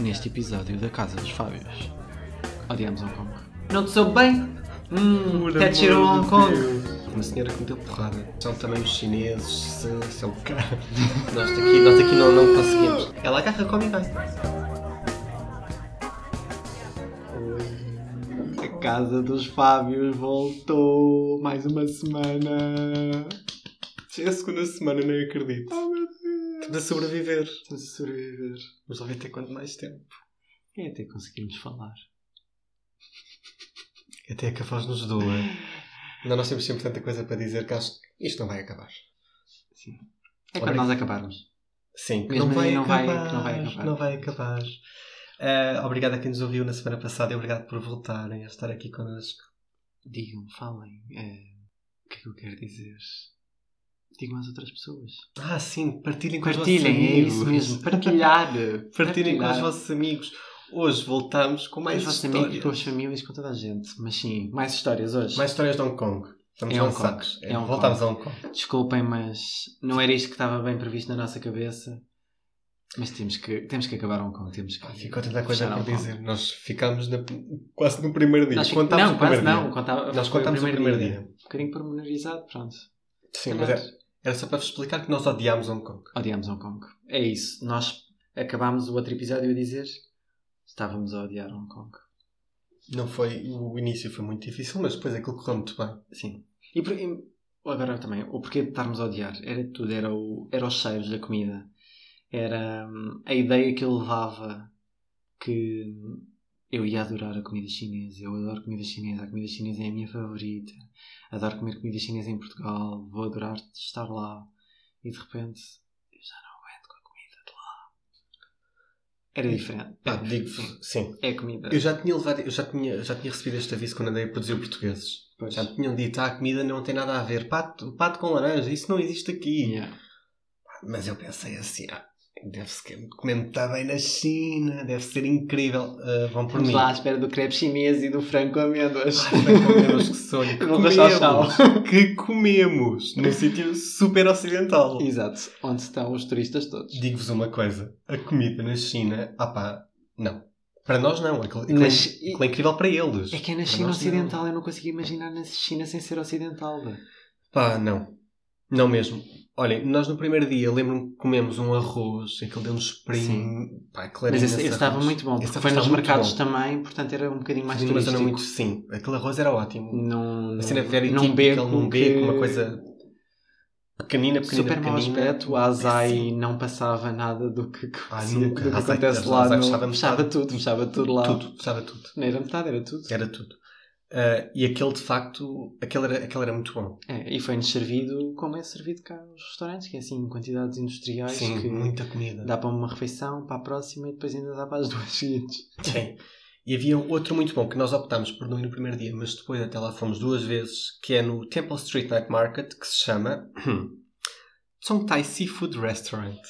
Neste episódio da Casa dos Fábios, odiamos Hong Kong. Não te soube bem? Hum, até te cheirou um a Hong Kong. Uma senhora que me deu porrada. São também os chineses, se, se é o cara. nós daqui, nós daqui não, não conseguimos. Ela agarra, come e vai. A Casa dos Fábios voltou mais uma semana. É a segunda semana, nem acredito. Oh meu Deus! Estamos a sobreviver. Estamos a sobreviver. Mas vai ter quanto mais tempo. E até é conseguimos falar. Até que a voz nos doa. Não, nós temos sempre tanta coisa para dizer que acho que isto não vai acabar. É quando nós acabarmos. Sim, que Mesmo não vai, aí não vai- acabar, não vai acabar. Não vai acabar. Ah, obrigado a quem nos ouviu na semana passada e obrigado por voltarem a estar aqui connosco. Digam, falem. eh, o que é que eu quero dizer? Digam às outras pessoas. Ah, sim, partilhem com os Partilhem, é vossos amigos. isso mesmo. Partilhar. Partilhem com os Partilhar. vossos amigos. Hoje voltamos com mais os vossos histórias. amigos, com as famílias, com toda a gente. Mas sim, mais histórias hoje. Mais histórias de Hong Kong. Estamos É Hong Kong. lançados. É Hong voltamos a Hong Kong. Desculpem, mas não era isto que estava bem previsto na nossa cabeça. Mas temos que, temos que acabar Hong Kong. Temos que Ah, ficou tanta coisa fechar por Hong Kong. dizer. Nós ficámos na- quase no primeiro dia. Nós fic- Contámos não, o quase primeiro não. dia. Contava, Nós foi o contámos o primeiro dia. Um bocadinho pormenorizado, pronto. Sim, mas era, era só para vos explicar que nós odiámos Hong Kong. Odiamos Hong Kong. É isso. Nós acabámos o outro episódio a dizer estávamos a odiar Hong Kong. Não foi, o início foi muito difícil, mas depois aquilo correu muito bem. Sim. E, por- e- agora também, o porquê de estarmos a odiar? Era tudo, era, o, era os cheiros da comida, era hum, a ideia que eu levava que eu ia adorar a comida chinesa, eu adoro comida chinesa, a comida chinesa é a minha favorita, adoro comer comida chinesa em Portugal, vou adorar estar lá e de repente eu já não aguento com a comida de lá. Era diferente. Ah, digo-vos, sim. É a comida. Eu já tinha levado, eu já tinha, já tinha recebido este aviso quando andei a produzir portugueses. Pois. Já me tinham dito, ah, a comida não tem nada a ver. Pato, pato com laranja, isso não existe aqui. Yeah. Mas eu pensei assim, ah, deve-se que- comer muito bem na China, deve ser incrível. Ah, vão por Vamos mim. lá à espera do crepe chinês e do frango com amêndoas. Ai, bem Ah, com Deus, que sonho. Que Eu não vou deixar comemos, que comemos num sítio super ocidental. Exato, onde estão os turistas todos. Digo-vos uma coisa: a comida na China, ah pá, não. Para nós, não. Aquilo, aquilo Na é- Chi- aquilo é incrível para eles. É que é na Para China nós, não. Ocidental, eu não consigo imaginar na China sem ser Ocidental. Bê. Pá, não. Não mesmo. Olhem, nós no primeiro dia, lembro-me que comemos um arroz, aquele deu-nos primo. Pá, Mas esse, esse estava muito bom, porque foi nos mercados também, portanto era um bocadinho mais mais uma zona turístico. muito Sim, aquele arroz era ótimo. Num, Uma cena very num típica, beco, num que- é beco, uma coisa pequenina, pequenina, super mau pequenina. aspecto. A Azai Péssimo. não passava nada do que, Ai, do nunca. que A Azai- acontece a lá. Azai no- fechava fechava, metade. tudo, fechava tudo É. lá. Tudo, sabe tudo. Não era metade, era tudo. Era tudo. Ah, e aquele, de facto, aquele era, aquele era muito bom. É, e foi-nos servido como é servido cá nos restaurantes, que é assim, em quantidades industriais Sim, que muita comida. dá para uma refeição, para a próxima e depois ainda dá para as duas seguintes. Sim. E havia outro muito bom que nós optámos por não ir no primeiro dia, mas depois até lá fomos duas vezes, que é no Temple Street Night Market, que se chama Tsongtai Seafood Restaurant.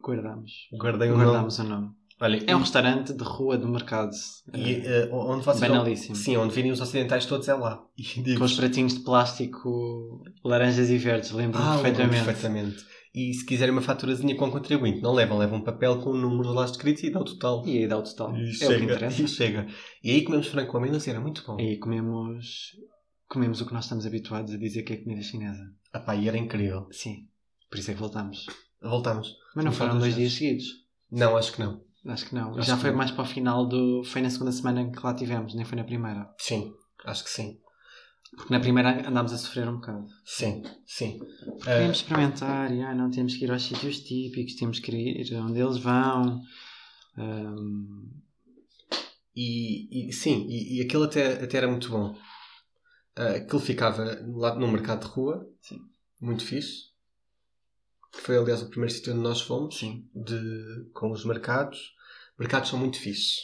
Guardámos. Guardei o um nome. Guardámos o nome. Olha, É um restaurante de rua do mercado. e, eh, eh, onde vocês Banalíssimo. Sim, onde virem os ocidentais todos é lá. E digo- com os pratinhos de plástico laranjas e verdes, lembro-me Ah, lembro-me perfeitamente. perfeitamente. E se quiserem uma faturazinha com contribuinte, não levam, levam um papel com o número lá escrito e dá o total. E aí dá o total. E é o que chega, interessa. e chega. E aí comemos frango com amêndoas e era muito bom. E aí comemos, comemos o que nós estamos habituados a dizer que é comida chinesa. Ah pá, e era incrível. Sim, por isso é que voltamos. Voltámos. Mas não Voltámos foram às dois dias vezes. seguidos. Não, acho que não. Acho que não. Acho Já que foi não. mais para o final do. Foi na segunda semana que lá tivemos, nem foi na primeira. Sim, acho que sim. Porque na primeira andámos a sofrer um bocado. Sim, sim. Queremos experimentar, e, ah, não temos que ir aos sítios típicos, temos que ir onde eles vão. Ahm, E, e- sim, e, e aquilo até, até era muito bom. Ah, aquilo ficava lá no mercado de rua, Sim. muito fixe. Foi, aliás, o primeiro sítio onde nós fomos, sim. de, com os mercados. Mercados são muito fixe.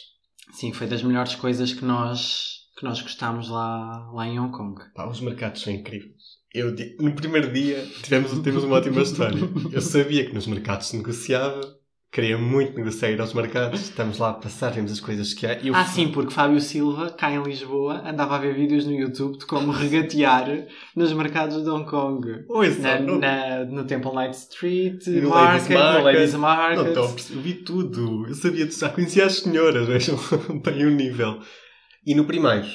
Sim, foi das melhores coisas que nós, que nós gostámos lá, lá em Hong Kong. Pá, os mercados são incríveis. Eu, di- no primeiro dia tivemos, tivemos uma ótima história. Eu sabia que nos mercados se negociava, Queria muito negociar ir aos mercados. Estamos lá a passar, vemos as coisas que há. Eu Ah, fui- sim, porque Fábio Silva, cá em Lisboa, andava a ver vídeos no YouTube de como regatear nos mercados de Hong Kong. Oi, só, Na, não- na- no Temple Night Street, No Ladies Market, no Market. Ladies Não, Market. então, eu percebi tudo. Eu sabia, já conhecia as senhoras, vejam bem o nível. E no primeiro,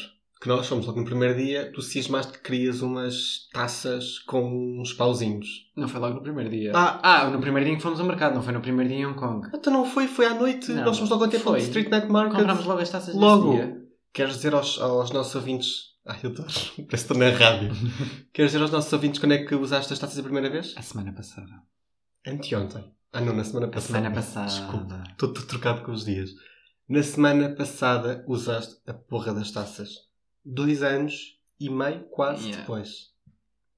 que nós fomos logo no primeiro dia, tu cismaste que querias umas taças com uns pauzinhos. Não foi logo no primeiro dia. Ah, Ah, no primeiro dia em que fomos ao mercado, não foi no primeiro dia em Hong Kong. então não foi, foi à noite. Não, nós fomos logo ao tempo foi. de Street Night Market. Comprámos logo as taças Logo. nesse dia. Queres dizer aos, aos nossos ouvintes... Ai, eu adoro. Parece que estou na rádio. Queres dizer aos nossos ouvintes quando é que usaste as taças a primeira vez? A semana passada. Anteontem. Ah, não, na semana A passada. semana passada. Desculpa. Estou todo trocado com os dias. Na semana passada usaste a porra das taças. Dois anos e meio, quase Yeah. depois.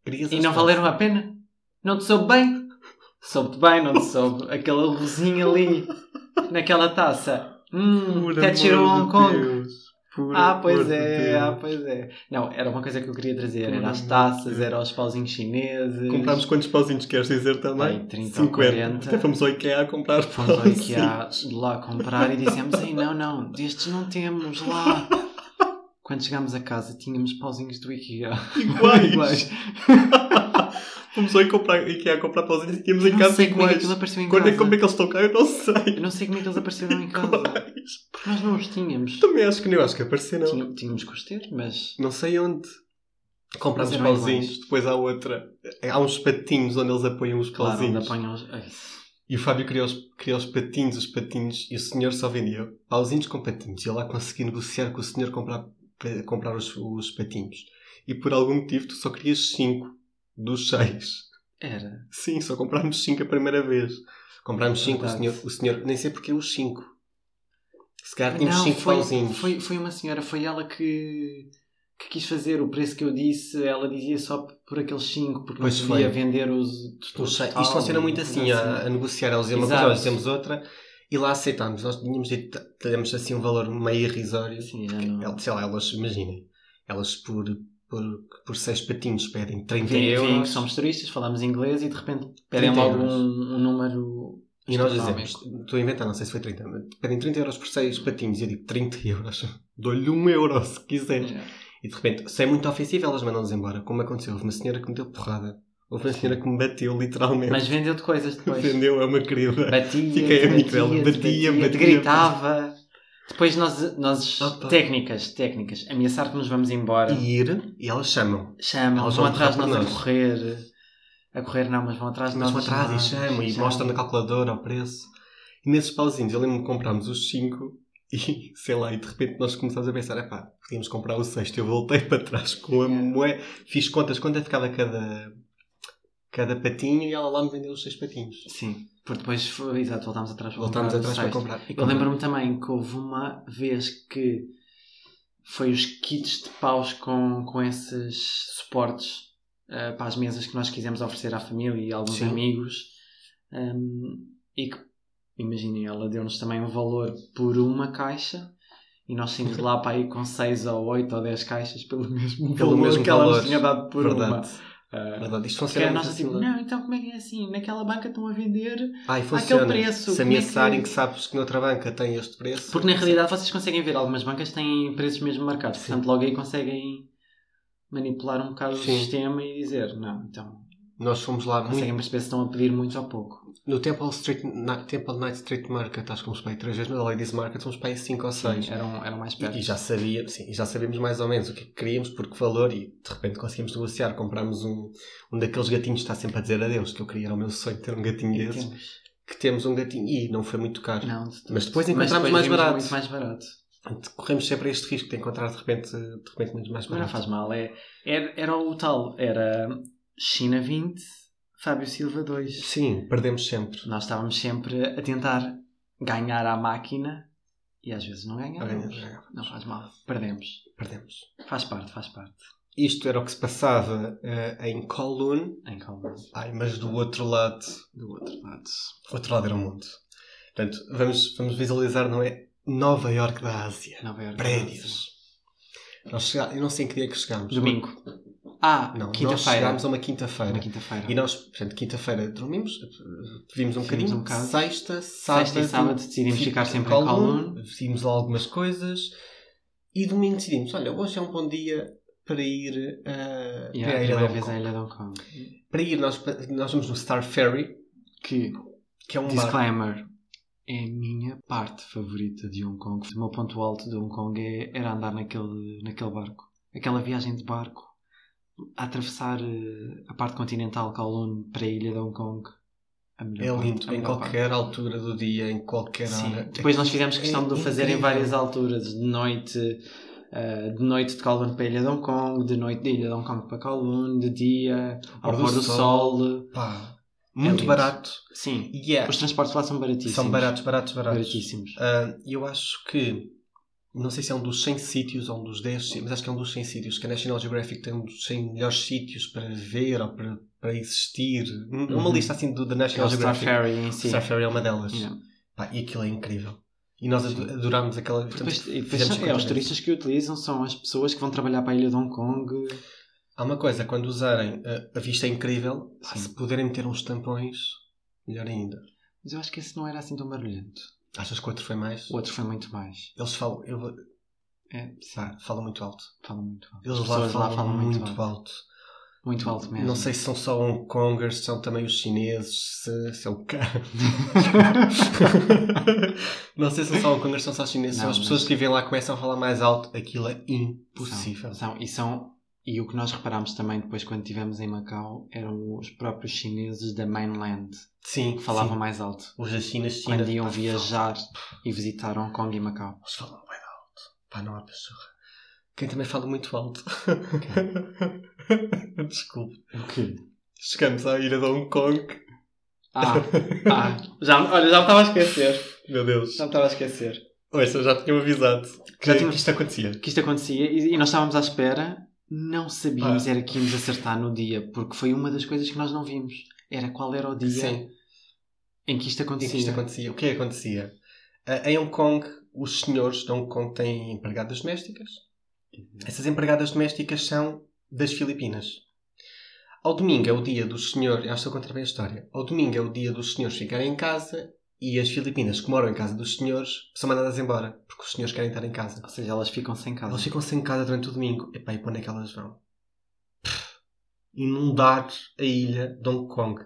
Querias E as não taças. valeram a pena? Não te soube bem? Soube-te bem, não te soube? Aquela luzinha ali, naquela taça. Hum, Por até te tirou amor Hong de Kong. Deus. Por Ah, pois amor de é, Deus. ah, pois é. Não, era uma coisa que eu queria trazer. Por Era as amor de taças, Deus. era os pauzinhos chineses. Comprámos quantos pauzinhos queres dizer também? Ai, 30 ou 40. Até fomos ao IKEA a comprar Fomos ao pauzinhos. IKEA de lá comprar e dissemos: Ei, não, não, destes não temos lá. Quando chegámos a casa, tínhamos pauzinhos do IKEA. Iguais. fomos ao comprar- IKEA a comprar pauzinhos e tínhamos em Não casa sei como é que aquilo iguais. apareceu em Quando é, casa. como é que eles estão cá? Eu não sei. Eu não sei como é que eles apareceram em casa. Iguais. Porque nós não os tínhamos. Também acho que não. Acho que apareceram. Tinha- Tínhamos que os ter, mas. não sei onde. Compramos Mas eram pauzinhos, iguais. depois há outra. É, Há uns patinhos onde eles apoiam os Claro, onde pauzinhos. apanham os. Ai, e o Fábio criou os, criou os patinhos, os patinhos, e o senhor só vendia pauzinhos com patinhos. E eu lá consegui negociar com o senhor comprar, pa- comprar os, os patinhos. E por algum motivo tu só querias cinco dos seis. Era. Sim, só comprámos cinco a primeira vez. Comprámos cinco, o Verdade. senhor, o senhor. Nem sei porque os cinco. Se calhar tínhamos não, tipo cinco foi, pauzinhos. Foi, foi uma senhora, foi ela que, que quis fazer o preço que eu disse. Ela dizia só p- por aqueles 5, porque Pois não podia foi. vender os. Não sei, Isto funciona muito assim, a, a negociar. Eles dizem uma Exato. coisa, nós dizemos outra, e lá aceitámos. Nós tínhamos dito, demos assim um valor meio irrisório. Sim, já não. El- Sei lá, elas, imaginem, elas por, por, por seis patinhos pedem 30 Vim, vim que euros. somos turistas, falamos inglês e de repente pedem 30 logo euros. um, um número. E nós astronómico. dizemos, estou a inventar, não sei se foi 30, mas pedem 30 euros por seis patinhos. E eu digo 30 euros, dou-lhe um euro se quiser. É. E de repente, se é muito ofensivo, elas mandam-nos embora. Como aconteceu? Houve uma senhora que me deu porrada. Houve uma senhora que me bateu, literalmente. Mas vendeu-te coisas depois. Entendeu? É uma querida. Batia, Fiquei te amigo dela. te Batia, te batia. gritava. Depois nós, nós Opa. técnicas, técnicas, ameaçar que nos vamos embora. E ir, e elas chamam. chamam, Elas vão vão atrás de correr nós por a nós. correr. A correr não, mas vão atrás de Mas nós. vão a atrás e chamar, chamam e mostram na calculadora o preço. E nesses pauzinhos, eu lembro-me que comprámos os 5 e sei lá, e de repente nós começámos a pensar: epá, podíamos comprar o sexto. Eu voltei para trás com a Yeah. moeda, fiz contas quanto é que ficava cada, cada patinho e ela lá me vendeu os 6 patinhos. Sim, porque depois, foi- exato, voltámos atrás para Voltámos comprar o atrás sexto. para comprar. E Eu compramos. lembro-me também que houve uma vez que foi os kits de paus com, com esses suportes ah, para as mesas que nós quisemos oferecer à família e a alguns Sim. amigos. Ahm, e que, imaginem, ela deu-nos também um valor por uma caixa e nós saímos de lá para ir com 6 ou 8 ou 10 caixas pelo mesmo Pelo valor mesmo que ela valor. nos tinha dado por Verdade. Eh, uma. Ah, Verdade, isto porque era funciona. nós muito assim, assim, não é? não, então como é que é assim? Naquela banca estão a vender Ai, funciona. preço, como Se é ameaçarem que- que... sabes que noutra banca tem este preço. Porque na realidade vocês conseguem ver, algumas bancas têm preços mesmo marcados, Sim. portanto logo aí conseguem manipular um bocado Sim. o sistema e dizer, não, então Nós fomos lá muito conseguem perceber se estão a pedir muito ou pouco. No Temple, Street, na, Temple Night Street Market, acho que fomos para aí três vezes, mas na Ladies Market fomos para aí cinco ou seis. Eram, eram mais perto. E, e já sabia, sim, e já sabíamos mais ou menos o que é que queríamos, por que valor, e de repente conseguimos negociar. Comprámos um, um daqueles gatinhos que está sempre a dizer adeus, que eu queria, era o meu sonho ter um gatinho E desses. temos. Que temos um gatinho, e não foi muito caro. Não, de tudo. Mas depois encontramos depois mais vimos barato. Muito mais barato. Portanto, Corremos sempre este risco de encontrar de repente, de repente muito mais Mas não barato. faz mal. É, era, era o tal, era China 20, Fábio Silva 2. Sim, perdemos sempre. Nós estávamos sempre a tentar ganhar à máquina e às vezes não ganhávamos. Ganhávamos. Não faz mal. Perdemos. Perdemos. Faz parte, faz parte. Isto era o que se passava eh, em Kowloon, Em calma. ai, mas do outro lado do outro lado. Outro lado era o mundo. Portanto, vamos, vamos visualizar, não é? Nova York da Ásia. Nova Iorque. Prédios. Nós chega- Eu não sei em que dia é que chegámos. Domingo. Ah, Não, nós quinta-feira. chegámos a uma quinta-feira. Uma quinta-feira. E nós, portanto, quinta-feira dormimos, vimos um Vimos bocadinho, um bocado. sexta, sábado, Sexta e sábado decidimos fi- ficar sempre em Kowloon. vimos lá algumas coisas e domingo decidimos, olha, hoje é um bom dia para ir ah, E para a a Ilha de primeira Hong vez à Ilha Kong. de Hong Kong. Para ir, nós, nós vamos no Star Ferry, Que, que é um bar. disclaimer, é a minha parte favorita de Hong Kong. O meu ponto alto de Hong Kong é, era andar naquele, naquele barco. Aquela viagem de barco. A atravessar eh, a parte continental, Kowloon, para a Ilha de Hong Kong. A melhor É parte, a lindo, em melhor parte. qualquer altura do dia, em qualquer hora. Sim. Depois nós fizemos questão de o É fazer em incrível. várias alturas, de noite, eh, de noite de Kowloon para a Ilha de Hong Kong, de noite da Ilha de Hong Kong para Kowloon, de dia, ao pôr do sol. Pá, É muito lindo. barato. Sim. E é- Os transportes lá são baratíssimos. são baratos, baratos, baratos. Baratíssimos. Ah, eu acho que, não sei se é um dos 100 sítios ou um dos 10, sítios, mas acho que é um dos 100 sítios, que a National Geographic tem um dos 100 melhores sítios para ver ou para, para existir. Um- Uma Uhum. lista assim do, É da o National Star Geographic. Ferry em si. Star Ferry é uma delas. Yeah. Pá, e aquilo é incrível. E nós Sim. ado- adorámos aquela. Depois, e depois fizemos são- é, quantas os vezes? turistas que o utilizam são as pessoas que vão trabalhar para a Ilha de Hong Kong. Há uma coisa, quando usarem a, a vista é incrível, pá, Sim. se puderem meter uns tampões, melhor ainda. Mas eu acho que esse não era assim tão barulhento. Achas que o outro foi mais? O outro foi muito mais. Eles falam, eu, É, sim, pá, falam muito alto. falam muito alto. Eles As lá pessoas falam, muito, alto. alto. Muito alto mesmo. Não sei se são só Hong Kongers, se são também os chineses, se, se é o cara. não sei se são só Hong Kongers, se são só chineses. Não, são as mas- pessoas que vivem lá começam a falar mais alto. Aquilo é impossível. São, são- e são e o que nós reparámos também depois quando estivemos em Macau eram os próprios chineses da mainland Sim, que falavam sim. mais alto Os da China, China. quando iam pá, viajar e visitar Hong Kong e Macau. Eles falam bem alto. Pá, não há pessoa. Quem também fala muito alto. Desculpe. O quê? Chegamos à ilha de Hong Kong. Ah, ah, já, olha, já me estava a esquecer. Meu Deus. Já me estava a esquecer. Ouça, já tinham avisado que, Já tínhamos- que isto acontecia. Que isto acontecia e, e nós estávamos à espera, não Ah. sabíamos era que íamos acertar no dia, porque foi uma das coisas que nós não vimos. Era qual era o dia Sim. em que isto Em acontecia. que isto acontecia? O que é que acontecia? Ah, em Hong Kong, os senhores de Hong Kong têm empregadas domésticas. Essas empregadas domésticas são das Filipinas. Ao domingo é o dia dos senhores. Acho que eu contra bem a história. Ao domingo é o dia dos senhores ficarem em casa e as Filipinas que moram em casa dos senhores são mandadas embora porque os senhores querem estar em casa. Ou seja, elas ficam sem casa. Elas ficam sem casa durante o domingo. Epá, e para onde é que elas vão? Pff, Inundar a ilha de Hong Kong.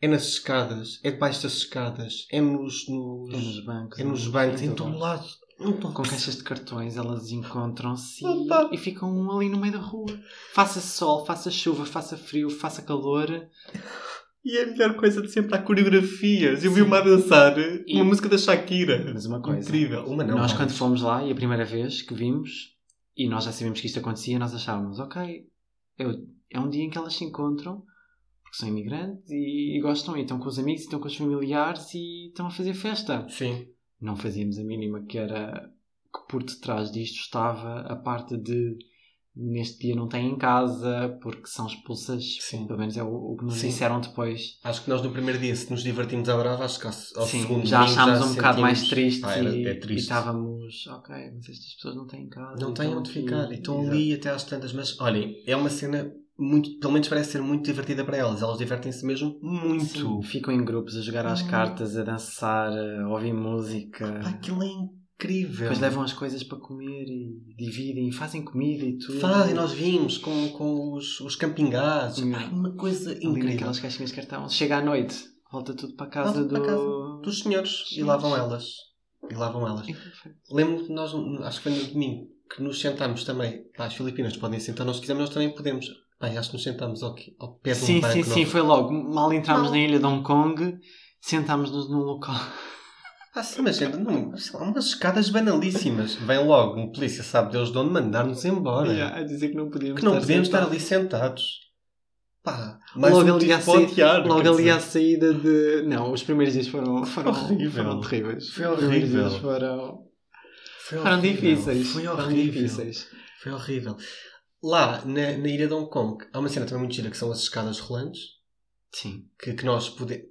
É nas escadas, é debaixo das escadas, é nos, nos, É nos bancos. é nos bancos, em todo lado. lado. Não estão com caixas de cartões, elas encontram-se Opa. e ficam um ali no meio da rua. Faça sol, faça chuva, faça frio, faça calor. E é a melhor coisa de sempre há coreografias. Eu Sim. vi-uma a dançar, eh, E- uma música da Shakira. Mas uma coisa, Incrível. Uma não. nós várias. quando fomos lá e a primeira vez que vimos, e nós já sabíamos que isto acontecia, nós achávamos, ok, é, o- é um dia em que elas se encontram, porque são imigrantes e, e gostam, e estão com os amigos, e estão com os familiares e estão a fazer festa. Sim. Não fazíamos a mínima que era que por detrás disto estava a parte de neste dia não têm em casa porque são expulsas Sim. Pelo menos é o, o que nos Sim. disseram depois. Acho que nós no primeiro dia, se nos divertimos à brava, acho que ao, ao Sim, segundo já domingo achámos um sentimos- bocado mais tristes Pá, era- e, é e triste. estávamos, ok, mas estas pessoas não têm casa. Não têm então onde aqui- ficar. E estão Exato. ali até às tantas. Mas olhem, é uma cena muito. Pelo menos parece ser muito divertida para elas. Elas divertem-se mesmo muito. Sim, ficam em grupos a jogar às Hum. cartas, a dançar, a ouvir música. Pá, Aquilo é incrível. Depois levam as coisas para comer e dividem, e fazem comida e tudo. Fazem, nós vimos com, com os, os campingás. Hum. Pá, uma coisa ali incrível. naquelas caixinhas de cartão. Chega à noite, volta tudo para casa Volta do. para casa Dos senhores. E lá vão elas. E lá vão É elas. Lembro-me que nós, acho que foi no domingo, que nos sentámos também. Pá, as Filipinas podem sentar, nós se quisermos, nós também podemos. Pá, acho que nos sentámos ao, qui- ao pé de um Sim, banco. sim, não sim, foi logo. Mal entramos Mal. na ilha de Hong Kong, sentámos-nos num local. Ah, sim, mas gente, não, sei lá, umas escadas banalíssimas. Vem logo um polícia, sabe Deus de onde, mandar-nos embora. a dizer que não podíamos Que não podemos estar ali sentados. Pá, mais Logo ali um motivo à para saída- odiar, Logo quer ali dizer. à saída de. Não, os primeiros dias foram, foram Horrível. Foram terríveis. Foi Os primeiros horrível. dias foram, Foi foram horrível. difíceis. Foi Foram horrível. difíceis. Foi horrível. Lá, na, na ilha de Hong Kong, há uma cena também muito gira que são as escadas rolantes. Sim. que, que nós podemos.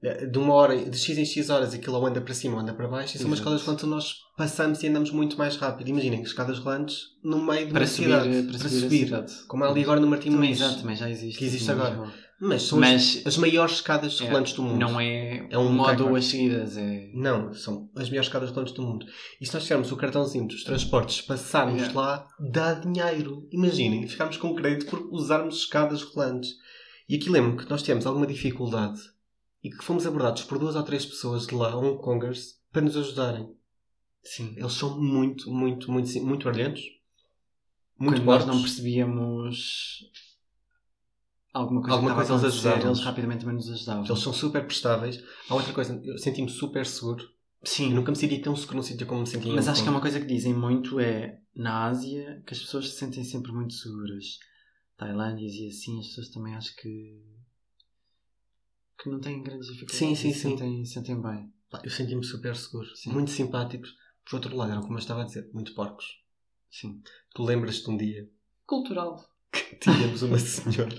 de uma hora, de x em x horas, aquilo ou anda para cima ou anda para baixo, e são umas Exato. escadas rolantes onde nós passamos e andamos muito mais rápido. Imaginem, escadas rolantes no meio de uma Para subir, eh, cidade, para, para, subir, a subir, cidade. como há ali agora no Martim Também, Muniz. exato, também já existe. que existe sim, em agora. Lisboa. Mas são as- Mas as, maiores escadas É, rolantes do mundo. não é, É um um modo recorde. ou as seguidas, é. Não, são as melhores escadas rolantes do mundo. E se nós tivermos o cartãozinho dos transportes, passarmos Yeah. lá, dá dinheiro. Imaginem, ficarmos com crédito por usarmos escadas rolantes. E aqui lembro que nós tivemos alguma dificuldade e que fomos abordados por duas ou três pessoas de lá, Hong Kongers, para nos ajudarem. Sim. Eles são muito, muito, muito, sim- muito brilhantes. Muito Quando nós fortes. não percebíamos alguma coisa, que estava Alguma coisa a eles acontecer, ajudavam-nos. eles rapidamente também nos ajudavam. Eles são super prestáveis. Há outra coisa, eu senti-me super seguro. Sim, Eu nunca me senti tão seguro num sítio como me senti em Mas Hong acho que é Kong. uma coisa que dizem muito é na Ásia que as pessoas se sentem sempre muito seguras. Tailândias e assim, as pessoas também acho que que não têm grandes dificuldades. Sim, sim, e sim. Sentem, sentem bem. Pá, eu senti-me super seguro. Sim. Muito simpáticos. Por outro lado, era como eu estava a dizer, muito porcos. Sim. Tu lembras-te um dia Cultural. que tínhamos uma senhora.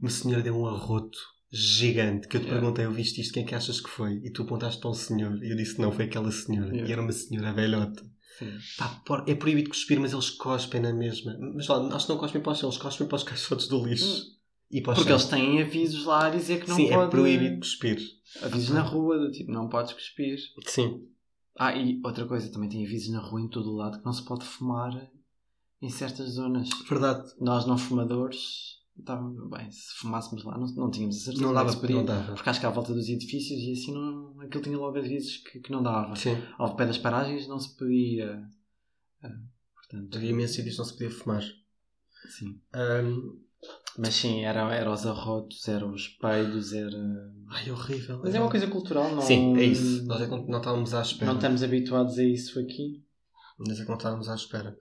uma senhora deu um arroto gigante que eu te Yeah. perguntei, eu viste isto, quem é que achas que foi? E tu apontaste para um senhor. E eu disse, não, foi aquela senhora. Yeah. E era uma senhora velhota. Sim. Pá, por- é proibido cuspir, mas eles cospem na mesma. Mas lá, acho que não cospem para o chão, eles cospem para os caixotes do lixo. E para o Hum. Porque chão. eles têm avisos lá a dizer que não é. Sim, pode. é proibido cuspir. Avisos na rua do tipo, não podes cuspir. Sim. Ah, e outra coisa, também tem avisos na rua em todo o lado que não se pode fumar em certas zonas. Verdade. Nós não fumadores estávamos bem, se fumássemos lá não, não tínhamos a certeza Não como é que dava se podia. não dava. Porque acho que à volta dos edifícios e assim não, aquilo tinha logo avisos que, que não dava. Sim. Ao pé das paragens não se podia. Ah, portanto, Havia imensos sítios que não se podia fumar. sim. Ahm, Mas sim, era, era os arrotos, era os peidos, era. Ai, horrível. Mas é uma coisa cultural, não Sim, é isso. Nós é que não, não estávamos à espera. Não estamos habituados a isso aqui. Nós é que não estávamos à espera.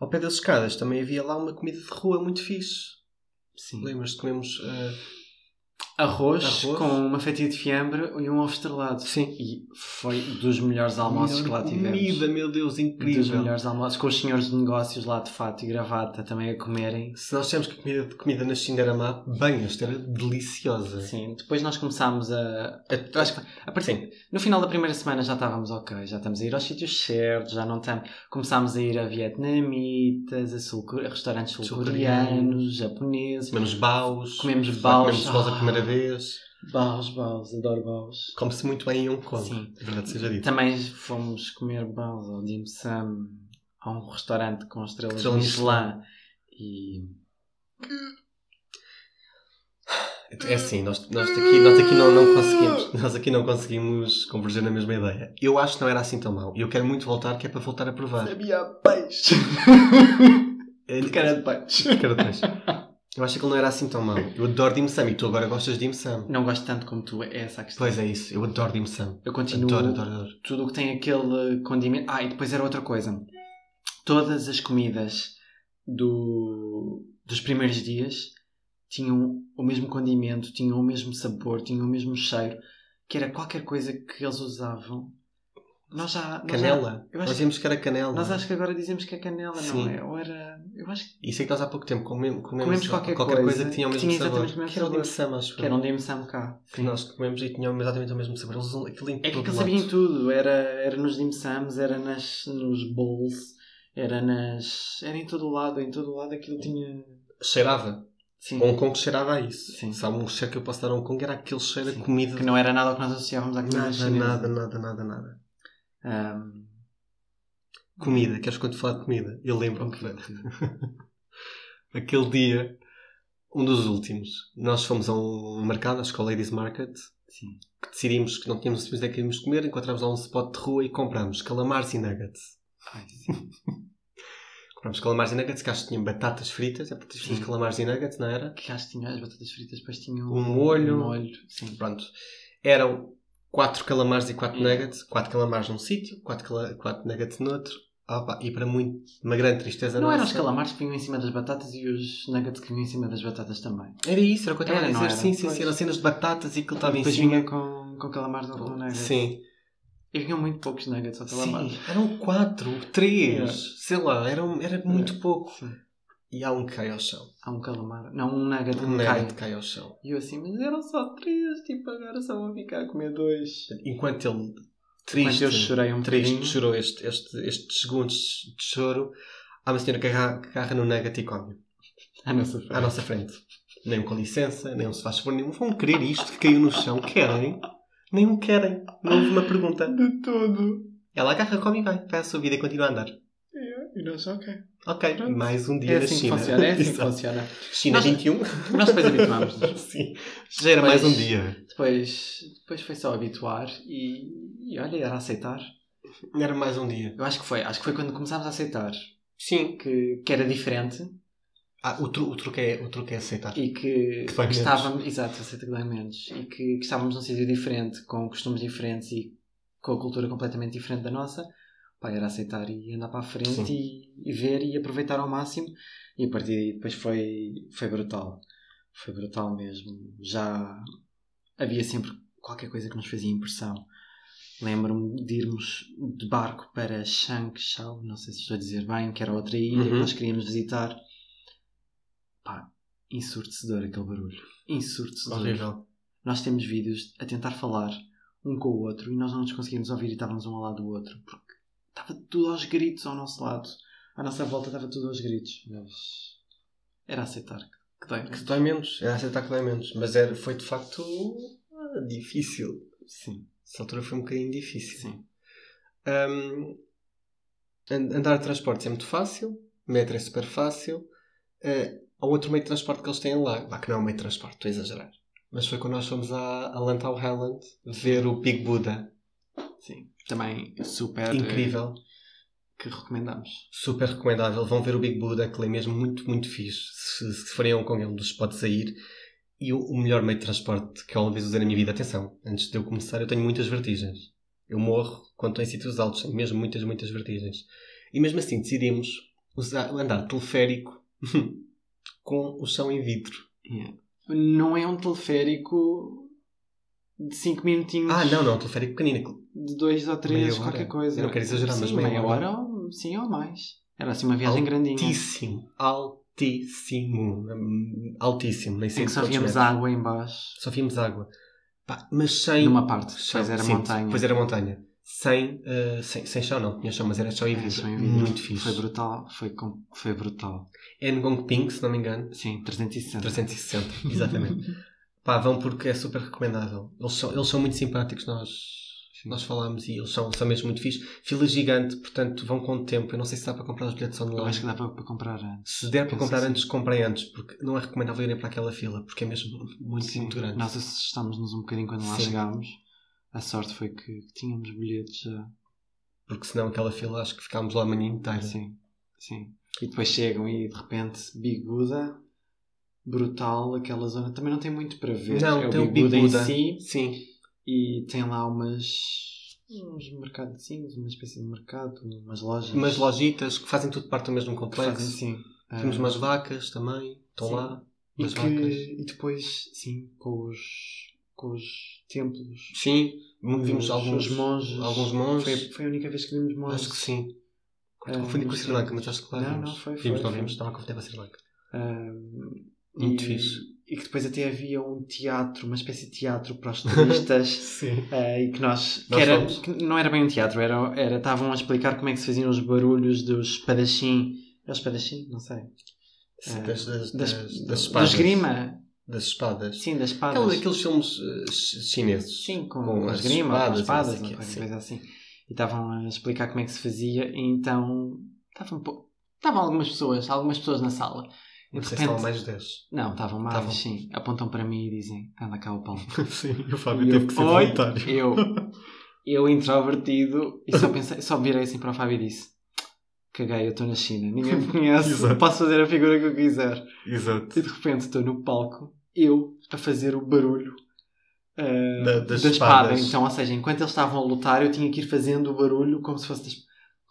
Ao pé das escadas também havia lá uma comida de rua muito fixe. Sim. Lembras-te, comemos. ah, Arroz, Arroz. com uma fatia de fiambre e um ovo estrelado. Sim. E foi dos melhores almoços melhor que lá tivemos. Comida, meu Deus, dos incrível. melhores almoços, com os senhores de negócios lá de fato e gravata também a comerem. Se nós temos que a comida, comida na China era má, bem, esta era deliciosa. Sim, depois nós começámos a. a- acho que a partir- no final da primeira semana já estávamos ok, já estamos a ir aos sítios certos, já não estamos. Começámos a ir a vietnamitas, a, sul, a restaurantes Sul-coreanos. sul-coreanos, japoneses. Comemos baus. Comemos Lá baus. Comemos baus a Ah. primeira vez. Baus, baus, adoro baus. Come-se muito bem em Hong Kong. Sim. Verdade seja dito. Também fomos comer baus ao Dim Sum, a um restaurante com estrelas Estrela Michelin. E. É assim, nós, nós aqui, nós aqui não, não conseguimos. Nós aqui não conseguimos convergir na mesma ideia. Eu acho que não era assim tão mau. E eu quero muito voltar, que é para voltar a provar. Sabia peixe! É, Cara de peixe. cara de peixe. Eu acho que ele não era assim tão mau. Eu adoro dim sum e tu agora gostas de dim sum. Não gosto tanto como tu, é essa a questão. Pois é isso, eu adoro dim sum. Eu continuo Adoro, adoro, adoro. tudo o que tem aquele condimento. Ah, e depois era outra coisa. Todas as comidas do, dos primeiros dias tinham o mesmo condimento, tinham o mesmo sabor, tinham o mesmo cheiro, que era qualquer coisa que eles usavam. Nós já. nós já- Canela. eu acho Nós que- vimos que era canela. Nós acho que agora dizemos que é canela, não Sim. é? Ou era. Eu acho que Isso é que nós há pouco tempo comemos, comemos, Comemos qualquer coisa que tinha o que mesmo tinha sabor. exatamente o mesmo que era o dim sabor. sum, acho que era um dimsum cá. Que nós comemos e tinham exatamente o mesmo sabor. Eles usam aquilo em É que todo aquilo lado. sabia em tudo. Era, era nos dimsums, era nas, nos bowls, era nas. Era em todo o lado, em todo o lado aquilo tinha. Cheirava. Sim. Hong Kong cheirava a isso. Sim. Se há um cheiro que eu posso dar a Hong Kong era aquele cheiro Sim. a comida. Que não era nada o que nós associávamos à comida Nada, chinesa. nada, nada, nada, nada. Ahm, Comida, queres quando falar de comida? Eu lembro-me que aquele dia, um dos últimos, nós fomos a um mercado, acho que ao Ladies Market, sim. que decidimos que não tínhamos decidido onde é que íamos comer, encontramos lá um spot de rua e comprámos calamares e nuggets. Ai, sim. Comprámos calamares e nuggets, que acho que tinham batatas fritas, é porque tinha Sim. calamares e nuggets, não era? Que acho que tinha as batatas fritas, depois tinha Um molho. Um molho. Sim. Pronto. Eram quatro calamares e quatro Hum. nuggets, quatro calamares num sítio, quatro, cala- quatro nuggets noutro. Ah, pá, e para muito, uma grande tristeza Não eram os nossa- calamares que vinham em cima das batatas e os nuggets que vinham em cima das batatas também. Era isso, era o que eu estava a Era, não dizer. era? Sim, sim, Pois. sim, eram cenas de batatas e aquilo estava em depois cima. vinha com, com calamares ou com nuggets. Sim. E vinham muito poucos nuggets ou calamares. Sim, eram quatro, três, Yeah. sei lá, eram, era muito pouco. Sim. e há um que cai ao chão. Há um calamar. Não, um nugget que Um cai. nugget cai ao chão. E eu assim, mas eram só três, tipo, agora só vou ficar a comer dois. Enquanto ele, triste, Mas eu chorei um triste, bocadinho. chorou este, este, estes segundos de choro, há uma senhora que agarra, que agarra no nugget e come Ah, não sou à nossa frente. Nem um com licença, nem um se faz favor, nem um vão querer isto que caiu no chão. Querem? Nem um querem. Não houve uma pergunta. De todo. Ela agarra, come e vai. Vai à sua vida e continua a andar. E nós, ok. Ok, Pronto. mais um dia É na assim que China. funciona, é assim que Exato. funciona. China Nós- 21. Nós depois habituámos-nos. Sim. Já era mais um dia. Depois, depois foi só habituar e, e olha, era aceitar. Era mais um dia. Eu acho que foi, acho que foi quando começámos a aceitar Sim. que, que era diferente Ah, o, tru- o truque é, o truque é aceitar. e que, Que dói que menos. estávamos, exato, aceita que dói menos, e que, que estávamos num sítio diferente, com costumes diferentes e com a cultura completamente diferente da nossa. Pá, era aceitar e andar para a frente Sim. e, e ver e aproveitar ao máximo. E a partir daí depois foi, foi brutal. Foi brutal mesmo. Já havia sempre qualquer coisa que nos fazia impressão. Lembro-me de irmos de barco para Shangshao, não sei se estou a dizer bem, que era outra ilha que Uhum. nós queríamos visitar. Pá, ensurdecedor aquele barulho. Ensurdecedor. Horrível. Nós temos vídeos a tentar falar um com o outro e nós não nos conseguimos ouvir e estávamos um ao lado do outro porque estava tudo aos gritos ao nosso lado. À nossa volta estava tudo aos gritos, mas era aceitar que- que dói. Que dói menos. Era aceitar que dói menos. Mas era, foi de facto ah, difícil. Sim, Essa altura foi um bocadinho difícil. sim. Um, and- andar de transportes é muito fácil, metro é super fácil. Uh, há outro meio de transporte que eles têm lá, lá que não é um meio de transporte, estou a exagerar. Mas foi quando nós fomos à, a Lantau Highland ver o Big Buddha. sim. Também super eh, Incrível, que recomendamos. super recomendável. Vão ver o Big Buddha, que ele é mesmo muito, muito fixe. Se, se forem a Hong Kong, é um dos que pode sair. E o, o melhor meio de transporte que eu alguma vez usei na minha vida. Atenção, antes de eu começar, eu tenho muitas vertigens. Eu morro quando estou em sítios altos, tenho mesmo muitas, muitas vertigens. E mesmo assim decidimos usar, andar de teleférico com o chão em vidro. Não é um teleférico de 5 minutinhos, Ah, não, não, teleférico pequenino. de 2 ou Meia 3, hora? qualquer coisa. Eu não quero exagerar, sim, mas meia meia hora. hora, ou- sim ou mais. Era assim uma viagem grandinha. é Altíssimo, altíssimo, hum, altíssimo. Nem sei Em É que só quantos víamos metros. água em baixo. Só víamos água. Pá, mas sem. Numa parte, chão. depois era Sim, montanha. Depois era montanha. Sem, eh, sem, sem chão, não. Tinha chão, mas era chão em Era vidro. só em vídeo. Muito fixe. Foi brutal, foi, com- foi brutal. É Ngong Ping, se não me engano. Sim, 360. 360, exatamente. Pá, vão porque é super recomendável. Eles são, eles são muito simpáticos, nós, Sim. nós falámos e eles são, são mesmo muito fixe. Fila gigante, portanto vão com tempo. Eu não sei se dá para comprar os bilhetes Eu acho online. que dá para, para comprar eh, antes. Se der para penso comprar que sim. antes, comprem antes, porque não é recomendável irem para aquela fila, porque é mesmo muito, muito grande. Nós assustámos-nos um bocadinho quando lá Sim. chegámos. A sorte foi que tínhamos bilhetes já. Porque senão aquela fila acho que ficámos lá a manhã inteira. Sim, sim. E depois chegam e de repente Big Buddha, brutal aquela zona. Também não tem muito para ver. Não, é tem o Big, Buddha, em si Sim. e tem lá umas uns mercadozinhos, uma espécie de mercado, umas lojas. Umas lojitas que fazem tudo parte do mesmo que fazem, complexo. sim. Temos ah, umas vacas também, estão Sim. lá. E, Umas que- vacas. e depois, sim, com os, com os templos. Sim, vimos os- alguns os monges. Alguns monges. Foi, foi a única vez que vimos monges. Acho que sim. Ah, Confundi com a mas Sri Lanka, mas acho que lá Não, vimos. não, foi, foi, Vimos, não foi. vimos, estava a confundir com a Sri Lanka. Ah, Muito e, fixe. E que depois até havia um teatro, uma espécie de teatro para os turistas. Sim. ah, e que nós. Nós que era, fomos. que não era bem um teatro, era, era, estavam a explicar como é que se faziam os barulhos dos espadachim. É o espadachim? Não sei. Ah, das, das, das, das, do espadas. esgrima? Das espadas. Sim, das espadas. Aqueles, aqueles filmes eh, chi- chineses. Sim, com, Com com as esgrima, com espadas, as espadas, não não sei o quê, qualquer sim. coisa assim. E estavam a explicar como é que se fazia, e então estavam, pou- estavam algumas pessoas, algumas pessoas na sala. E Não de sei se são repente, mais de 10. não, estavam mais, Estavam. sim. Apontam para mim e dizem, anda cá o Paulo. Sim, o E eu, "Oi?" Eu, eu introvertido, e só pensei, só virei assim para o Fábio e disse, caguei, eu estou na China, ninguém me conhece, Exato. posso fazer a figura que eu quiser. Exato. E de repente estou no palco, eu a fazer o barulho ah, Da- da, das espada. espadas. Então, ou seja, enquanto eles estavam a lutar, eu tinha que ir fazendo o barulho como se fosse. Das...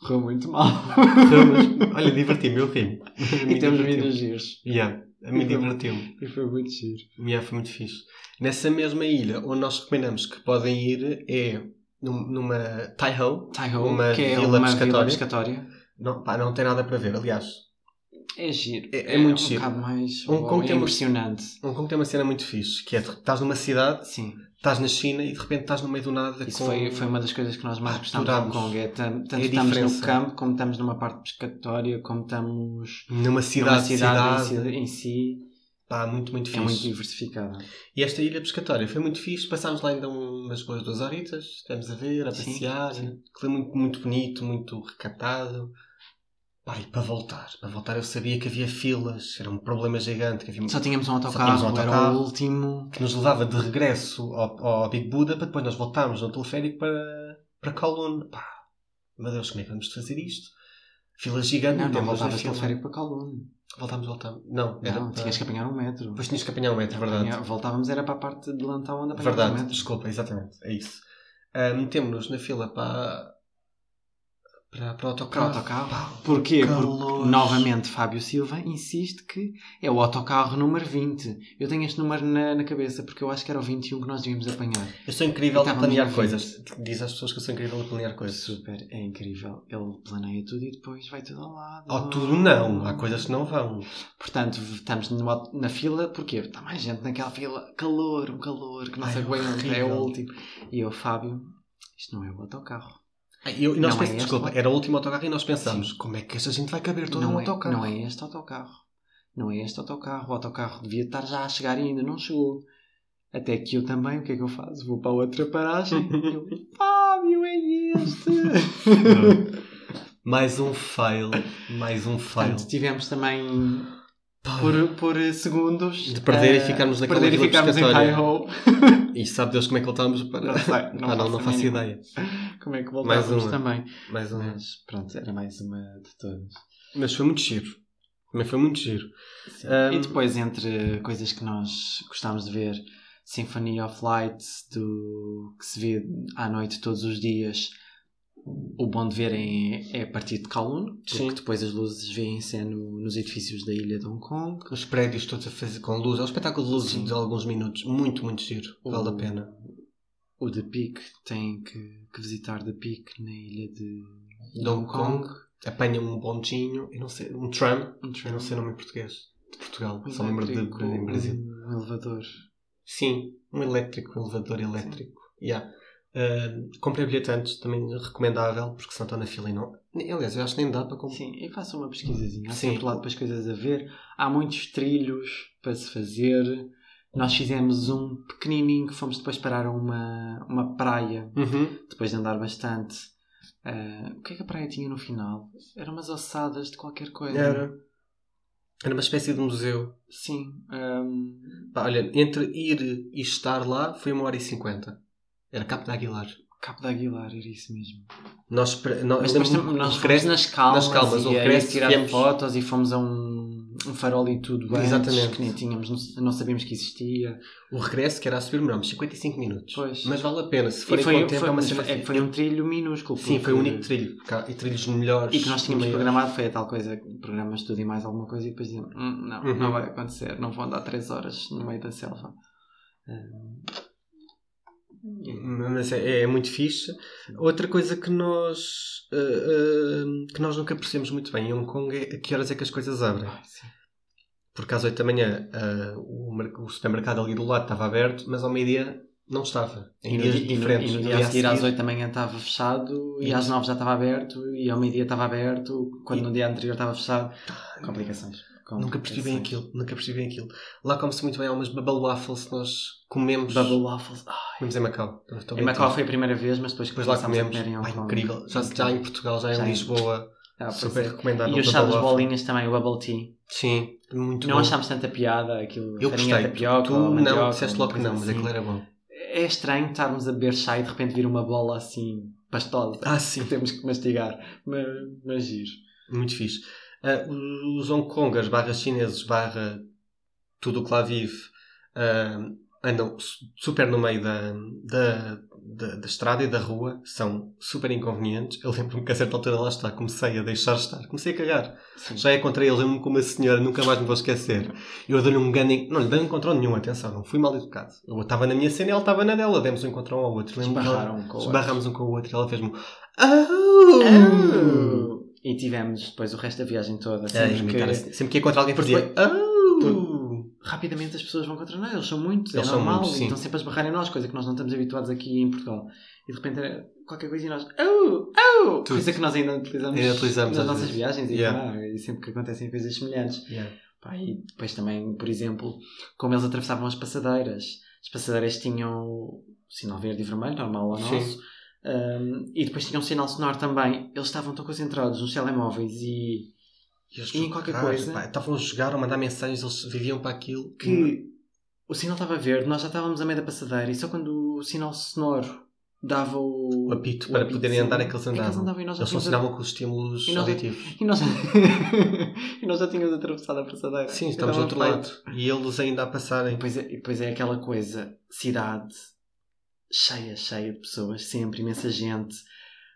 Correu muito mal. Então, Olha, diverti-me, eu ri e temos vídeos giros. Yeah, a mim divertiu-me. E foi muito giro. Yeah, foi muito fixe. Nessa mesma ilha, onde nós recomendamos que podem ir, é num- numa Taiho. Taiho, Uma que é vila uma pescatória. vila pescatória. Não, pá, não tem nada para ver. Aliás, É giro. É- é muito um giro. bocado mais Hong Kong é tem uma- impressionante. Hong Kong Um tem uma cena muito fixe, que é de- estás numa cidade, Sim. estás na China e de repente estás no meio do nada Isso com- foi, foi uma das coisas que nós mais Ah, gostámos de Hong adorámos. Kong. É, tam- tanto É a estamos no diferença. campo, como estamos numa parte pescatória, como estamos numa numa cidade, cidade, cidade, em si- em si. pá, muito, muito É muito fixe. diversificada. e esta ilha pescatória foi muito fixe, passámos lá ainda umas boas duas horitas, estivemos a ver, a Sim, passear, sim. foi muito, muito bonito, muito recatado. Pá, e para voltar, para voltar eu sabia que havia filas, era um problema gigante, que havia Só tínhamos um tínhamos um autocarro, era autocarro. o último. que nos levava de regresso ao, ao Big Buda para depois nós voltarmos no teleférico para, para Kowloon. Pá, meu Deus, como é que vamos fazer isto? Fila gigante, Não, não metemos-nos na voltavas fila. teleférico para Calum. Voltámos, voltámos. Não, tá. era Não, para- tinhas que apanhar um metro. Depois tinhas que apanhar o metro, é verdade. Voltávamos era para a parte de Lantau onde apanhávamos o Verdade, metro. desculpa, exatamente, é isso. Ah, Metemos-nos na fila para, para, para o autocarro. Para o autocarro. Pá, Porquê? Calores. Porque, novamente, Fábio Silva insiste que é o autocarro número 20. Eu tenho este número na, na cabeça porque eu acho que era o 21 que nós devíamos apanhar. eu sou incrível Estávamos a planear na coisas. Diz às pessoas que eu sou incrível a planear coisas. Super, é incrível. Ele planeia tudo e depois vai tudo ao lado. Ao tudo não, há coisas que não vão. Portanto, v- estamos no au- na fila, porquê? Está mais gente naquela fila. Calor, um calor que não Ai, se aguenta, é horrível. o último. E eu, Fábio, isto não é o autocarro. Ah, Eu, e nós Não pensamos, é este desculpa, autocarro. era o último autocarro e nós pensámos, como é que esta gente vai caber todo no não, é, autocarro? não é este autocarro. Não é este autocarro. O autocarro devia estar já a chegar e ainda não chegou. Até que eu também, o que é que eu faço? Vou para outra paragem. eu, Fábio, é este! mais um fail, mais um fail. Portanto, tivemos também Pá, por, por segundos De ah, perder e eh, ficarmos naquela perder e vila ficarmos em pescatória. Taiho. E sabe Deus como é que voltámos para... Não sei, não ah, não, faço não a faço mínima. ideia. Como é que Mais voltávamos uma. também? Mais um... Mas pronto, era mais uma de todas. Mas foi muito giro. Também foi muito giro. E depois, entre coisas que nós gostámos de ver, Symphony of Light, do, que se vê à noite todos os dias, o bom de ver é, é a partir de Kowloon, porque Sim. depois as luzes vêm-se é no- nos edifícios da ilha de Hong Kong. Os prédios todos a fazer com luz. É um espetáculo de luzes Sim. de alguns minutos. Muito, muito giro. Vale a pena. O The Peak, tem que, que visitar The Peak na ilha de, De Hong Kong. Apanha um bondinho. Eu não sei. Um tram. Um Eu tram, não sei o nome em português. De Portugal. um Só me lembro de, elétrico, de- em Brasil. Um elevador. Sim. Um elétrico. Um elevador elétrico. Yeah. Ah, comprei bilhete antes. Também recomendável. Porque senão estou na fila e não... nem- Aliás, eu acho que nem dá para comprar. Sim, e façam uma pesquisazinha. Há Sim. sempre lá depois coisas a ver. Há muitos trilhos para se fazer. Nós fizemos um pequenininho que fomos depois parar a uma, uma praia, Uhum. depois de andar bastante. Ah, o que é que a praia tinha no final? Eram umas ossadas de qualquer coisa. Era... Era uma espécie de museu. Sim. ahm, Pá, olha, entre ir e estar lá foi uma hora e cinquenta. Era Capo de Aguilar. Cabo de Aguilar, era isso mesmo. Nós, pre- nós, Mas depois tam- nós nós fomos regresso- nas calmas, nas calmas, e, o aí regresso tirar viemos- fotos e fomos a um, um farol e tudo antes, Exatamente. que nem tínhamos, não- não sabíamos que existia. O regresso, que era a subir, demoramos 55 minutos. Pois. Mas vale a pena, se E forem foi, com o tempo, foi- é uma mas foi- cena é que fixe. foi um trilho minúsculo. Sim, foi o porque- único trilho. Cá, E trilhos melhores. E que nós tínhamos maiores. programado foi a tal coisa, programas tudo e mais alguma coisa, e depois dizemos, "Hum, não, Uhum. não vai acontecer, não vão dar 3 horas no meio da selva. Hum, Mas é, é muito fixe. Outra coisa que nós, ah, ah, que nós nunca percebemos muito bem em Hong Kong é a que horas é que as coisas abrem. ai, sim. Porque às 8 da manhã ah, o, mer- o supermercado ali do lado estava aberto, mas ao meio-dia não estava. Em E no, dias dia- e no- diferentes. e no No dia a dia seguir, às 8 da manhã estava fechado, e Isso. às 9 já estava aberto, e ao meio-dia estava aberto, quando E- no dia anterior estava fechado. Complicações. Nunca percebi bem Complicações. aquilo, nunca percebi bem aquilo. Lá come-se muito bem, há umas bubble waffles que nós comemos. Bubble waffles. Ah, Comemos em Macau. Estou em bem Macau triste. foi a primeira vez, mas depois, Depois lá começámos a comemos. comer em Hong Pá, Kong. incrível. Já, já em Portugal, já, Já em em- Lisboa. Ah, pois Super é. recomendável. E o chá das bubble waffle. bolinhas também, o bubble tea. Sim, muito não bom. achámos tanta piada aquilo. Eu farinha gostei. de Tapioca, tu ou mandioca, não, disseste uma logo que coisa não, mas assim. aquilo era bom. É estranho estarmos a beber chá e de repente vir uma bola assim pastosa Ah, que sim. temos que mastigar. Mas, mas giro. Muito fixe. Ah, os Hong Kongers, barra chineses, barra tudo o que lá vive, ah, andam su- super no meio da, da, da, da estrada e da rua, são super inconvenientes. Eu lembro-me que a certa altura lá está, comecei a deixar estar, comecei a cagar. Sim. Já encontrei, eu lembro-me com uma senhora, nunca mais me vou esquecer. Eu dei-lhe um grande. Não lhe dei um encontrão nenhum, atenção, não fui mal educado. Eu estava na minha cena e ela estava na dela, demos um encontrão ao outro. Lembro-me que ela- Esbarraram com o Esbarramos um com o outro e ela fez-me. outro. "Au!" Oh! E tivemos depois o resto da viagem toda. É, Sempre imitar que, assim. Sempre que encontrar alguém Porque fazia. foi- "Oh!" rapidamente as pessoas vão contra nós, eles são muitos, Eles é são normal, muitos, sim. e estão sempre a esbarrar em nós, coisa que nós não estamos habituados aqui em Portugal. E de repente era qualquer coisa e nós, oh, oh! Tudo. Coisa que nós ainda utilizamos, Ainda utilizamos nas às nossas vezes. viagens e, Yeah. ah, e sempre que acontecem coisas semelhantes. Yeah. Pá, e depois também, por exemplo, como eles atravessavam as passadeiras. As passadeiras tinham o sinal verde e vermelho, normal ao Sim. nosso. Ahm, e depois tinham um sinal sonoro também. Eles estavam tão concentrados nos telemóveis e E eles E em qualquer jogaram, coisa. pá, Estavam a jogar ou mandar mensagens, eles viviam para aquilo. que Hum. o sinal estava verde, nós já estávamos a meio da passadeira e só quando o sinal sonoro dava o, O um apito, para poderem apitozinho, andar é que eles é que andavam. e nós já Eles tínhamos funcionavam com os estímulos E nós- auditivos. E nós, e nós já tínhamos atravessado a passadeira. Sim, estamos do Então, outro pá, lado. E eles ainda a E passarem. depois, é, e depois é aquela coisa, cidade cheia, cheia de pessoas, sempre imensa gente.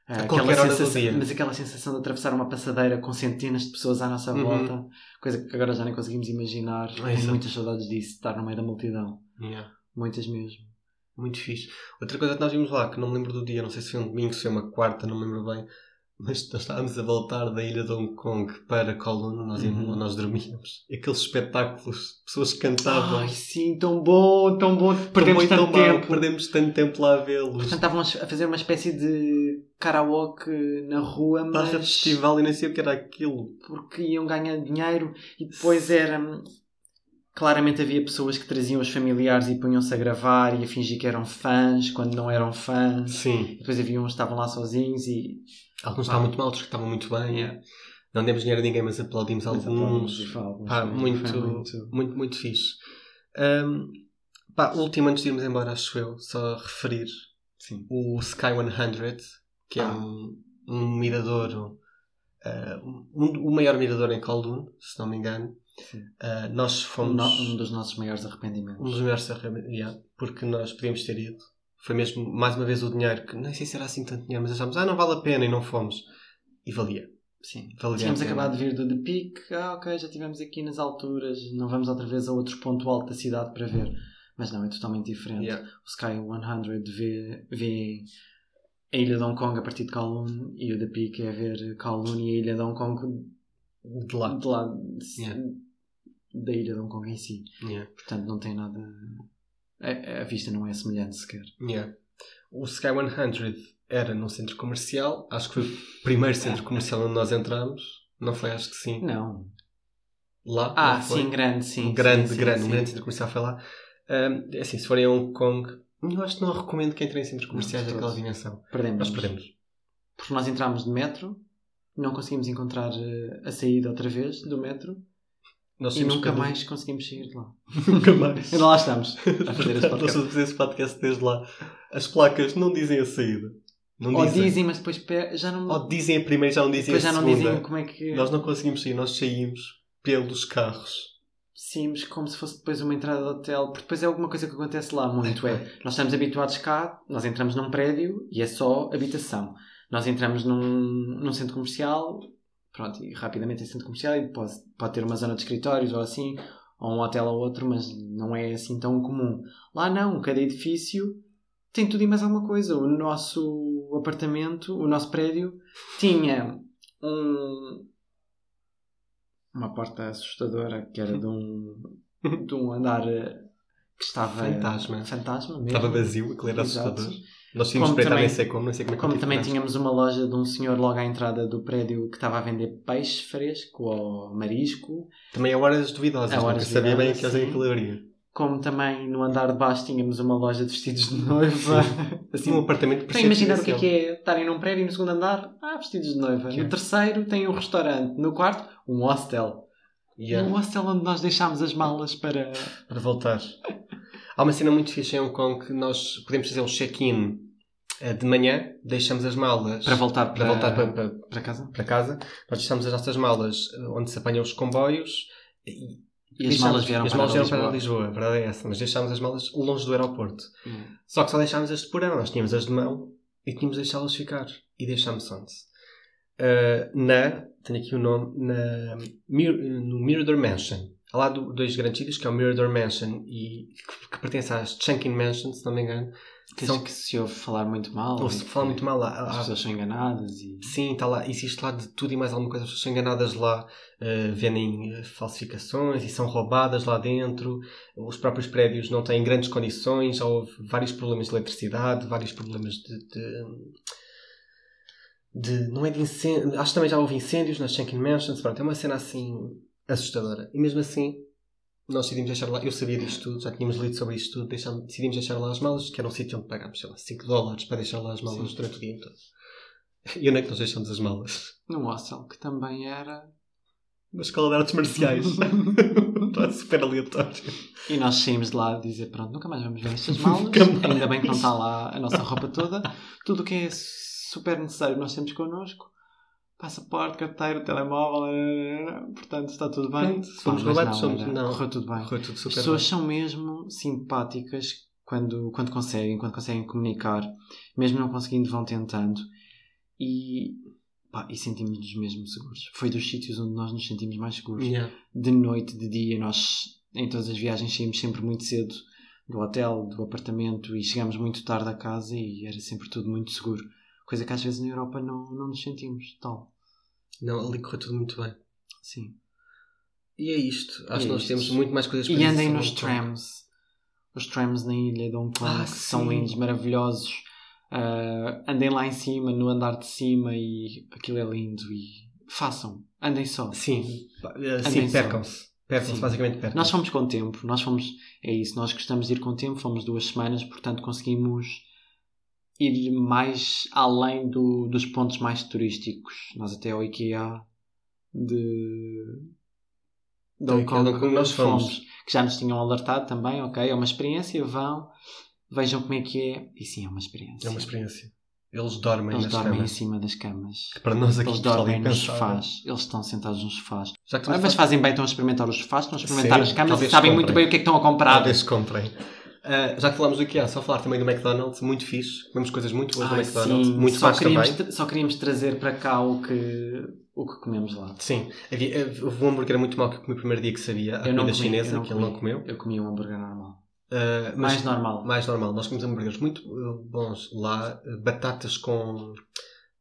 Ah, qualquer hora do sensação, dia. mas aquela sensação de atravessar uma passadeira com centenas de pessoas à nossa Uhum. é. volta, coisa que agora já nem conseguimos imaginar. Tenho Exato. muitas saudades disso, de estar no meio da multidão. Yeah. Muitas mesmo. Muito fixe. Outra coisa que nós vimos lá, que não me lembro do dia, não sei se foi um domingo, se foi uma quarta, não me lembro bem, mas nós estávamos a voltar da ilha de Hong Kong para Coluna, nós, íamos, Uhum. nós dormíamos. Aqueles espetáculos, pessoas cantavam. Ai sim, tão bom, tão bom. Perdemos Tomou tanto Tá tão mal, tempo. perdemos tanto tempo lá a vê-los. Portanto, estavam a fazer uma espécie de karaoke na rua, mas Barra festival e nem sei o que era aquilo. porque iam ganhar dinheiro e depois era. hum, Claramente havia pessoas que traziam os familiares e punham-se a gravar e a fingir que eram fãs quando não eram fãs. Sim. Depois havia uns que estavam lá sozinhos e. Alguns estavam muito mal, outros que estavam muito bem. é. Yeah. Não demos dinheiro a ninguém, mas aplaudimos alguns. Mas, pá, alguns Pá, também. muito- Foi Muito, muito fixe. Ahm, pá, último antes de irmos embora, acho eu, só referir Sim. o Sky 100, que é Ah. um, um mirador, ah, um- o maior mirador em Kowloon, se não me engano. Sim. Ah, nós fomos Um, um dos nossos maiores arrependimentos. um dos melhores arrependimentos, yeah, porque nós podíamos ter ido. Foi mesmo, mais uma vez, o dinheiro, que nem sei se era assim tanto dinheiro, mas achámos, ah, não vale a pena e não fomos. E valia. Sim. valia Tínhamos a pena. acabado de vir do The Peak, ah ok, já estivemos aqui nas alturas, não vamos outra vez a outro ponto alto da cidade para ver. Mas não, é totalmente diferente. Yeah. O Sky 100 vê, vê a ilha de Hong Kong a partir de Kowloon e o The Peak é ver Kowloon e a ilha de Hong Kong De lá. de lá, se- Yeah. da ilha de Hong Kong em si. Yeah. Portanto, não tem nada. A, a vista não é semelhante sequer. Yeah. O Sky 100 era num centro comercial, acho que foi o primeiro centro comercial onde nós entramos. Não foi, acho que sim. Não. Lá. Ah, não foi? sim, grande, sim. um grande, sim, sim, grande, sim. um grande centro comercial foi lá. Ahm, é assim, se forem a Hong Kong, eu acho que não recomendo que entrem em centros comerciais de daquela todo. dimensão. Perdemos. Nós perdemos. Porque nós entramos de metro, não conseguimos encontrar eh, a saída outra vez do metro Nós e saímos nunca pelo- mais conseguimos sair de lá. Nunca mais. Ainda lá estamos a fazer Portanto, este Nós podcast. a fazer esse podcast desde lá. As placas não dizem a saída. Não Ou dizem. dizem, mas depois pe- já não. Ou dizem a primeira e já não dizem Depois a já não segunda. dizem como é que Nós não conseguimos sair, nós saímos pelos carros. saímos como se fosse depois uma entrada de hotel, porque depois é alguma coisa que acontece lá muito. É, nós estamos habituados cá, nós entramos num prédio e é só habitação. Nós entramos num, num centro comercial, pronto, e rapidamente é centro comercial e pode, pode ter uma zona de escritórios ou assim, ou um hotel ou outro, mas não é assim tão comum. Lá não, cada edifício tem tudo e mais alguma coisa. O nosso apartamento, o nosso prédio, tinha um, uma porta assustadora que era de um, de um andar eh, que estava. Fantasma. Fantasma mesmo. Estava vazio, aquilo era Exato. assustador. Nós saímos Como para entrar, também- nem sei como, nem sei como é que Como eu tive também coragem. tínhamos uma loja de um senhor logo à entrada do prédio que estava a vender peixe fresco ou marisco, Também a horas duvidosas, A não É horas quer saber bem que duvidosas, eles têm sim. caloria. como também no andar de baixo tínhamos uma loja de vestidos de noiva. assim, Num um apartamento Estão a imaginar o que é, que é estarem num prédio no segundo andar? Ah, vestidos de noiva. No terceiro tem um residencial. restaurante. No quarto, um hostel. Yeah. Um hostel onde nós deixámos as malas para. Para voltar. Há uma cena muito fixe em Hong Kong que nós podemos fazer um check-in eh, de manhã, deixamos as malas voltar para voltar para, para- para casa. para casa, nós deixamos as nossas malas eh, onde se apanham os comboios e E as deixámos- malas vieram as para, malas vieram para Lisboa. Lisboa, a verdade é essa, mas deixámos as malas longe do aeroporto. Hum. Só que só deixámos as de porão, nós tínhamos as de mão e tínhamos de deixá-las ficar. E deixámos onde? Eh, na, tenho aqui o nome, na, Mir- no Mirador Mansion. Há lá do- dois grandes sítios, que é o Mirador Mansion e que, que pertence às Chunkin Mansion, se não me engano, Que São- que se ouve falar muito mal. Ou se e fala que muito mal lá. As há- pessoas são enganadas e. Sim, está lá, existe lá de tudo e mais alguma coisa. As pessoas são enganadas lá, eh, vendem eh, falsificações e são roubadas lá dentro. Os próprios prédios não têm grandes condições. Já houve vários problemas de eletricidade, vários problemas de. de de- não é de incêndio, acho que também já houve incêndios nas Shankin Mansions, pronto, é uma cena assim assustadora. E mesmo assim, nós decidimos deixar lá, eu sabia disto tudo, já tínhamos lido sobre isto tudo, deixámos- decidimos deixar lá as malas, que era um sítio onde pagámos, sei lá, 5 dólares para deixar lá as malas Sim. durante o dia todo. E onde é que nós deixamos as malas? No hostel, que também era. Na escola de artes marciais. Pá, super aleatório. E nós saímos de lá a dizer: pronto, nunca mais vamos ver estas malas. Nunca mais. Ainda bem que não está lá a nossa roupa toda. Tudo o que é super necessário nós temos connosco. Passaporte, carteira, telemóvel. eh, Portanto, está tudo bem. Não, somos Pá, mas roubados, somos- olha, não. Ah, Correu tudo bem. Correu tudo As super pessoas bem. são mesmo simpáticas quando, quando conseguem, quando conseguem comunicar, mesmo não conseguindo, vão tentando. E, pá, e sentimos-nos mesmo seguros. Foi dos sítios onde nós nos sentimos mais seguros. Yeah. De noite, de dia, nós em todas as viagens saímos sempre muito cedo do hotel, do apartamento e chegámos muito tarde a casa e era sempre tudo muito seguro. Coisa que às vezes na Europa não, não nos sentimos tal. Não, ali correu tudo muito bem. Sim. E é isto. Acho E que é nós isto. temos muito mais coisas E dizer andem sobre nos Hong Kong. trams. Os trams na ilha de Hong Kong Ah, que são sim. lindos, maravilhosos. Ah, andem lá em cima, no andar de cima e aquilo é lindo e façam, andem só. Sim, pá, eh, Andem sim só. percam-se. Percam-se, Sim. basicamente percam Nós fomos com tempo, nós fomos, é isso, nós gostamos de ir com tempo, fomos duas semanas, portanto conseguimos ir mais além do- dos pontos mais turísticos. Nós até ao IKEA de, de Do Hong IKEA Kong, de Hong Kong um nós fomos. que já nos tinham alertado também, ok, é uma experiência, vão, vejam como é que é, e sim, é uma experiência. É uma experiência. Eles dormem Eles nas dormem camas. em cima das camas. Para nós aqui Eles em Portugal é dormem nos impensável. sofás, eles estão sentados nos sofás. Ah, Já que estamos mas a fazem bem, estão a experimentar os sofás, estão a experimentar Então, Sim, as camas e talvez sabem comprem. muito bem o que é que estão a comprar. Talvez comprem. Ah, já que falámos do IKEA, só falar também do McDonald's, muito fixe. Comemos coisas muito boas do Ai, McDonald's, sim, muito só fácil queríamos, também. tra- só queríamos trazer para cá o que, o que comemos lá. Sim, havia, havia- houve um hambúrguer muito mau que eu comi o primeiro dia que sabia, a Eu não comida comi, eu chinesa, não que ele comi. não comeu. Eu comi um hambúrguer normal. Ah, mas- Mais normal. mais normal. Nós comemos hambúrgueres muito eh, bons lá, eh, batatas com.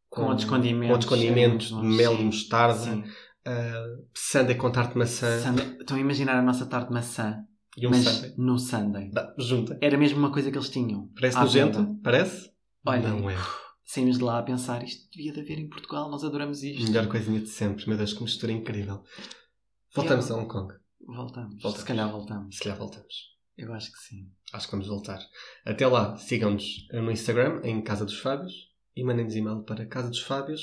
Com outros condimentos, com outros condimentos, é muito bom, mel sim. e mostarda, Sim. uh, sundae com tarte de maçã Sunday- Estão a imaginar a nossa tarte de maçã, e um mas sundae. no Sunday. Bah, Junta. Era mesmo uma coisa que eles tinham. Parece à nojento? venda. Parece? Olha, Não é. saímos de lá a pensar, isto devia de haver em Portugal, nós adoramos isto. Melhor coisinha de sempre. Meu Deus, que mistura incrível. Voltamos a Hong Kong. Voltamos. Voltamos. Se calhar voltamos. Se calhar voltamos. Eu acho que sim. Acho que vamos voltar. Até lá, sigam-nos no Instagram, em Casa dos Fábios, e mandem-nos e-mail para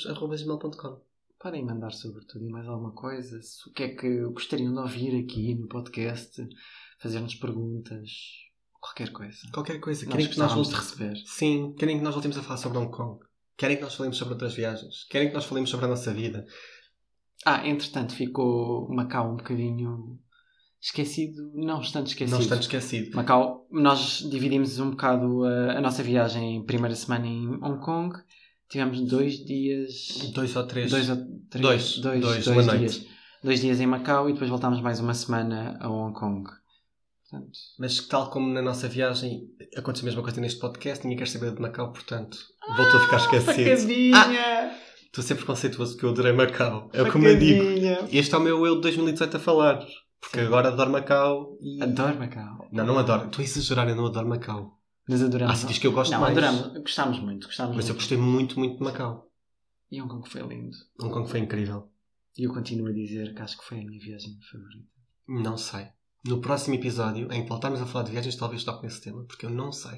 casadosfábios.com. Podem mandar sobre tudo e mais alguma coisa. se- O que é que gostariam de ouvir aqui no podcast? Fazer-nos perguntas. Qualquer coisa. Qualquer coisa. Nós Querem que nós gostávamos voltemos de receber. Sim, querem que nós voltemos a falar sobre Hong Kong. Querem que nós falemos sobre outras viagens. Querem que nós falemos sobre a nossa vida. Ah, entretanto, ficou Macau um bocadinho esquecido. Não estando esquecido. Não estando esquecido. Macau, nós dividimos um bocado a, a nossa viagem em primeira semana em Hong Kong. Tivemos dois dias. Dois ou três. Dois ou três? Dois. Dois, Dois, dois, uma noite. dias. Dois dias em Macau e depois voltámos mais uma semana a Hong Kong. Portanto, Mas que tal como na nossa viagem acontece a mesma coisa neste podcast, ninguém quer saber de Macau, portanto, voltou a Ah, ficar esquecido. Facadinha! Estou sempre conceituoso porque eu adorei Macau. É como eu digo. Este é o meu eu de 2018 a falar. Porque agora adoro Macau e. Adoro Macau. Não, não adoro. Estou a exagerar, eu não adoro Macau. Mas Ah, adoramos. se diz que eu gosto não, mais. adoramos. Gostámos muito. Gostámos Mas eu muito. gostei muito, muito de Macau. E Hong Kong foi lindo. Hong Kong foi incrível. E eu continuo a dizer que acho que foi a minha viagem favorita. Não sei. No próximo episódio, em que voltarmos a falar de viagens, talvez toque nesse tema, porque eu não sei.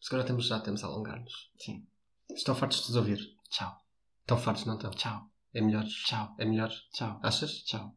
Mas agora temos, já temos a alongar-nos. Sim. Estão fartos de nos ouvir? Tchau. Estão fartos, não estão? Tchau. É melhor. Tchau. É melhor. Tchau. Achas? Tchau.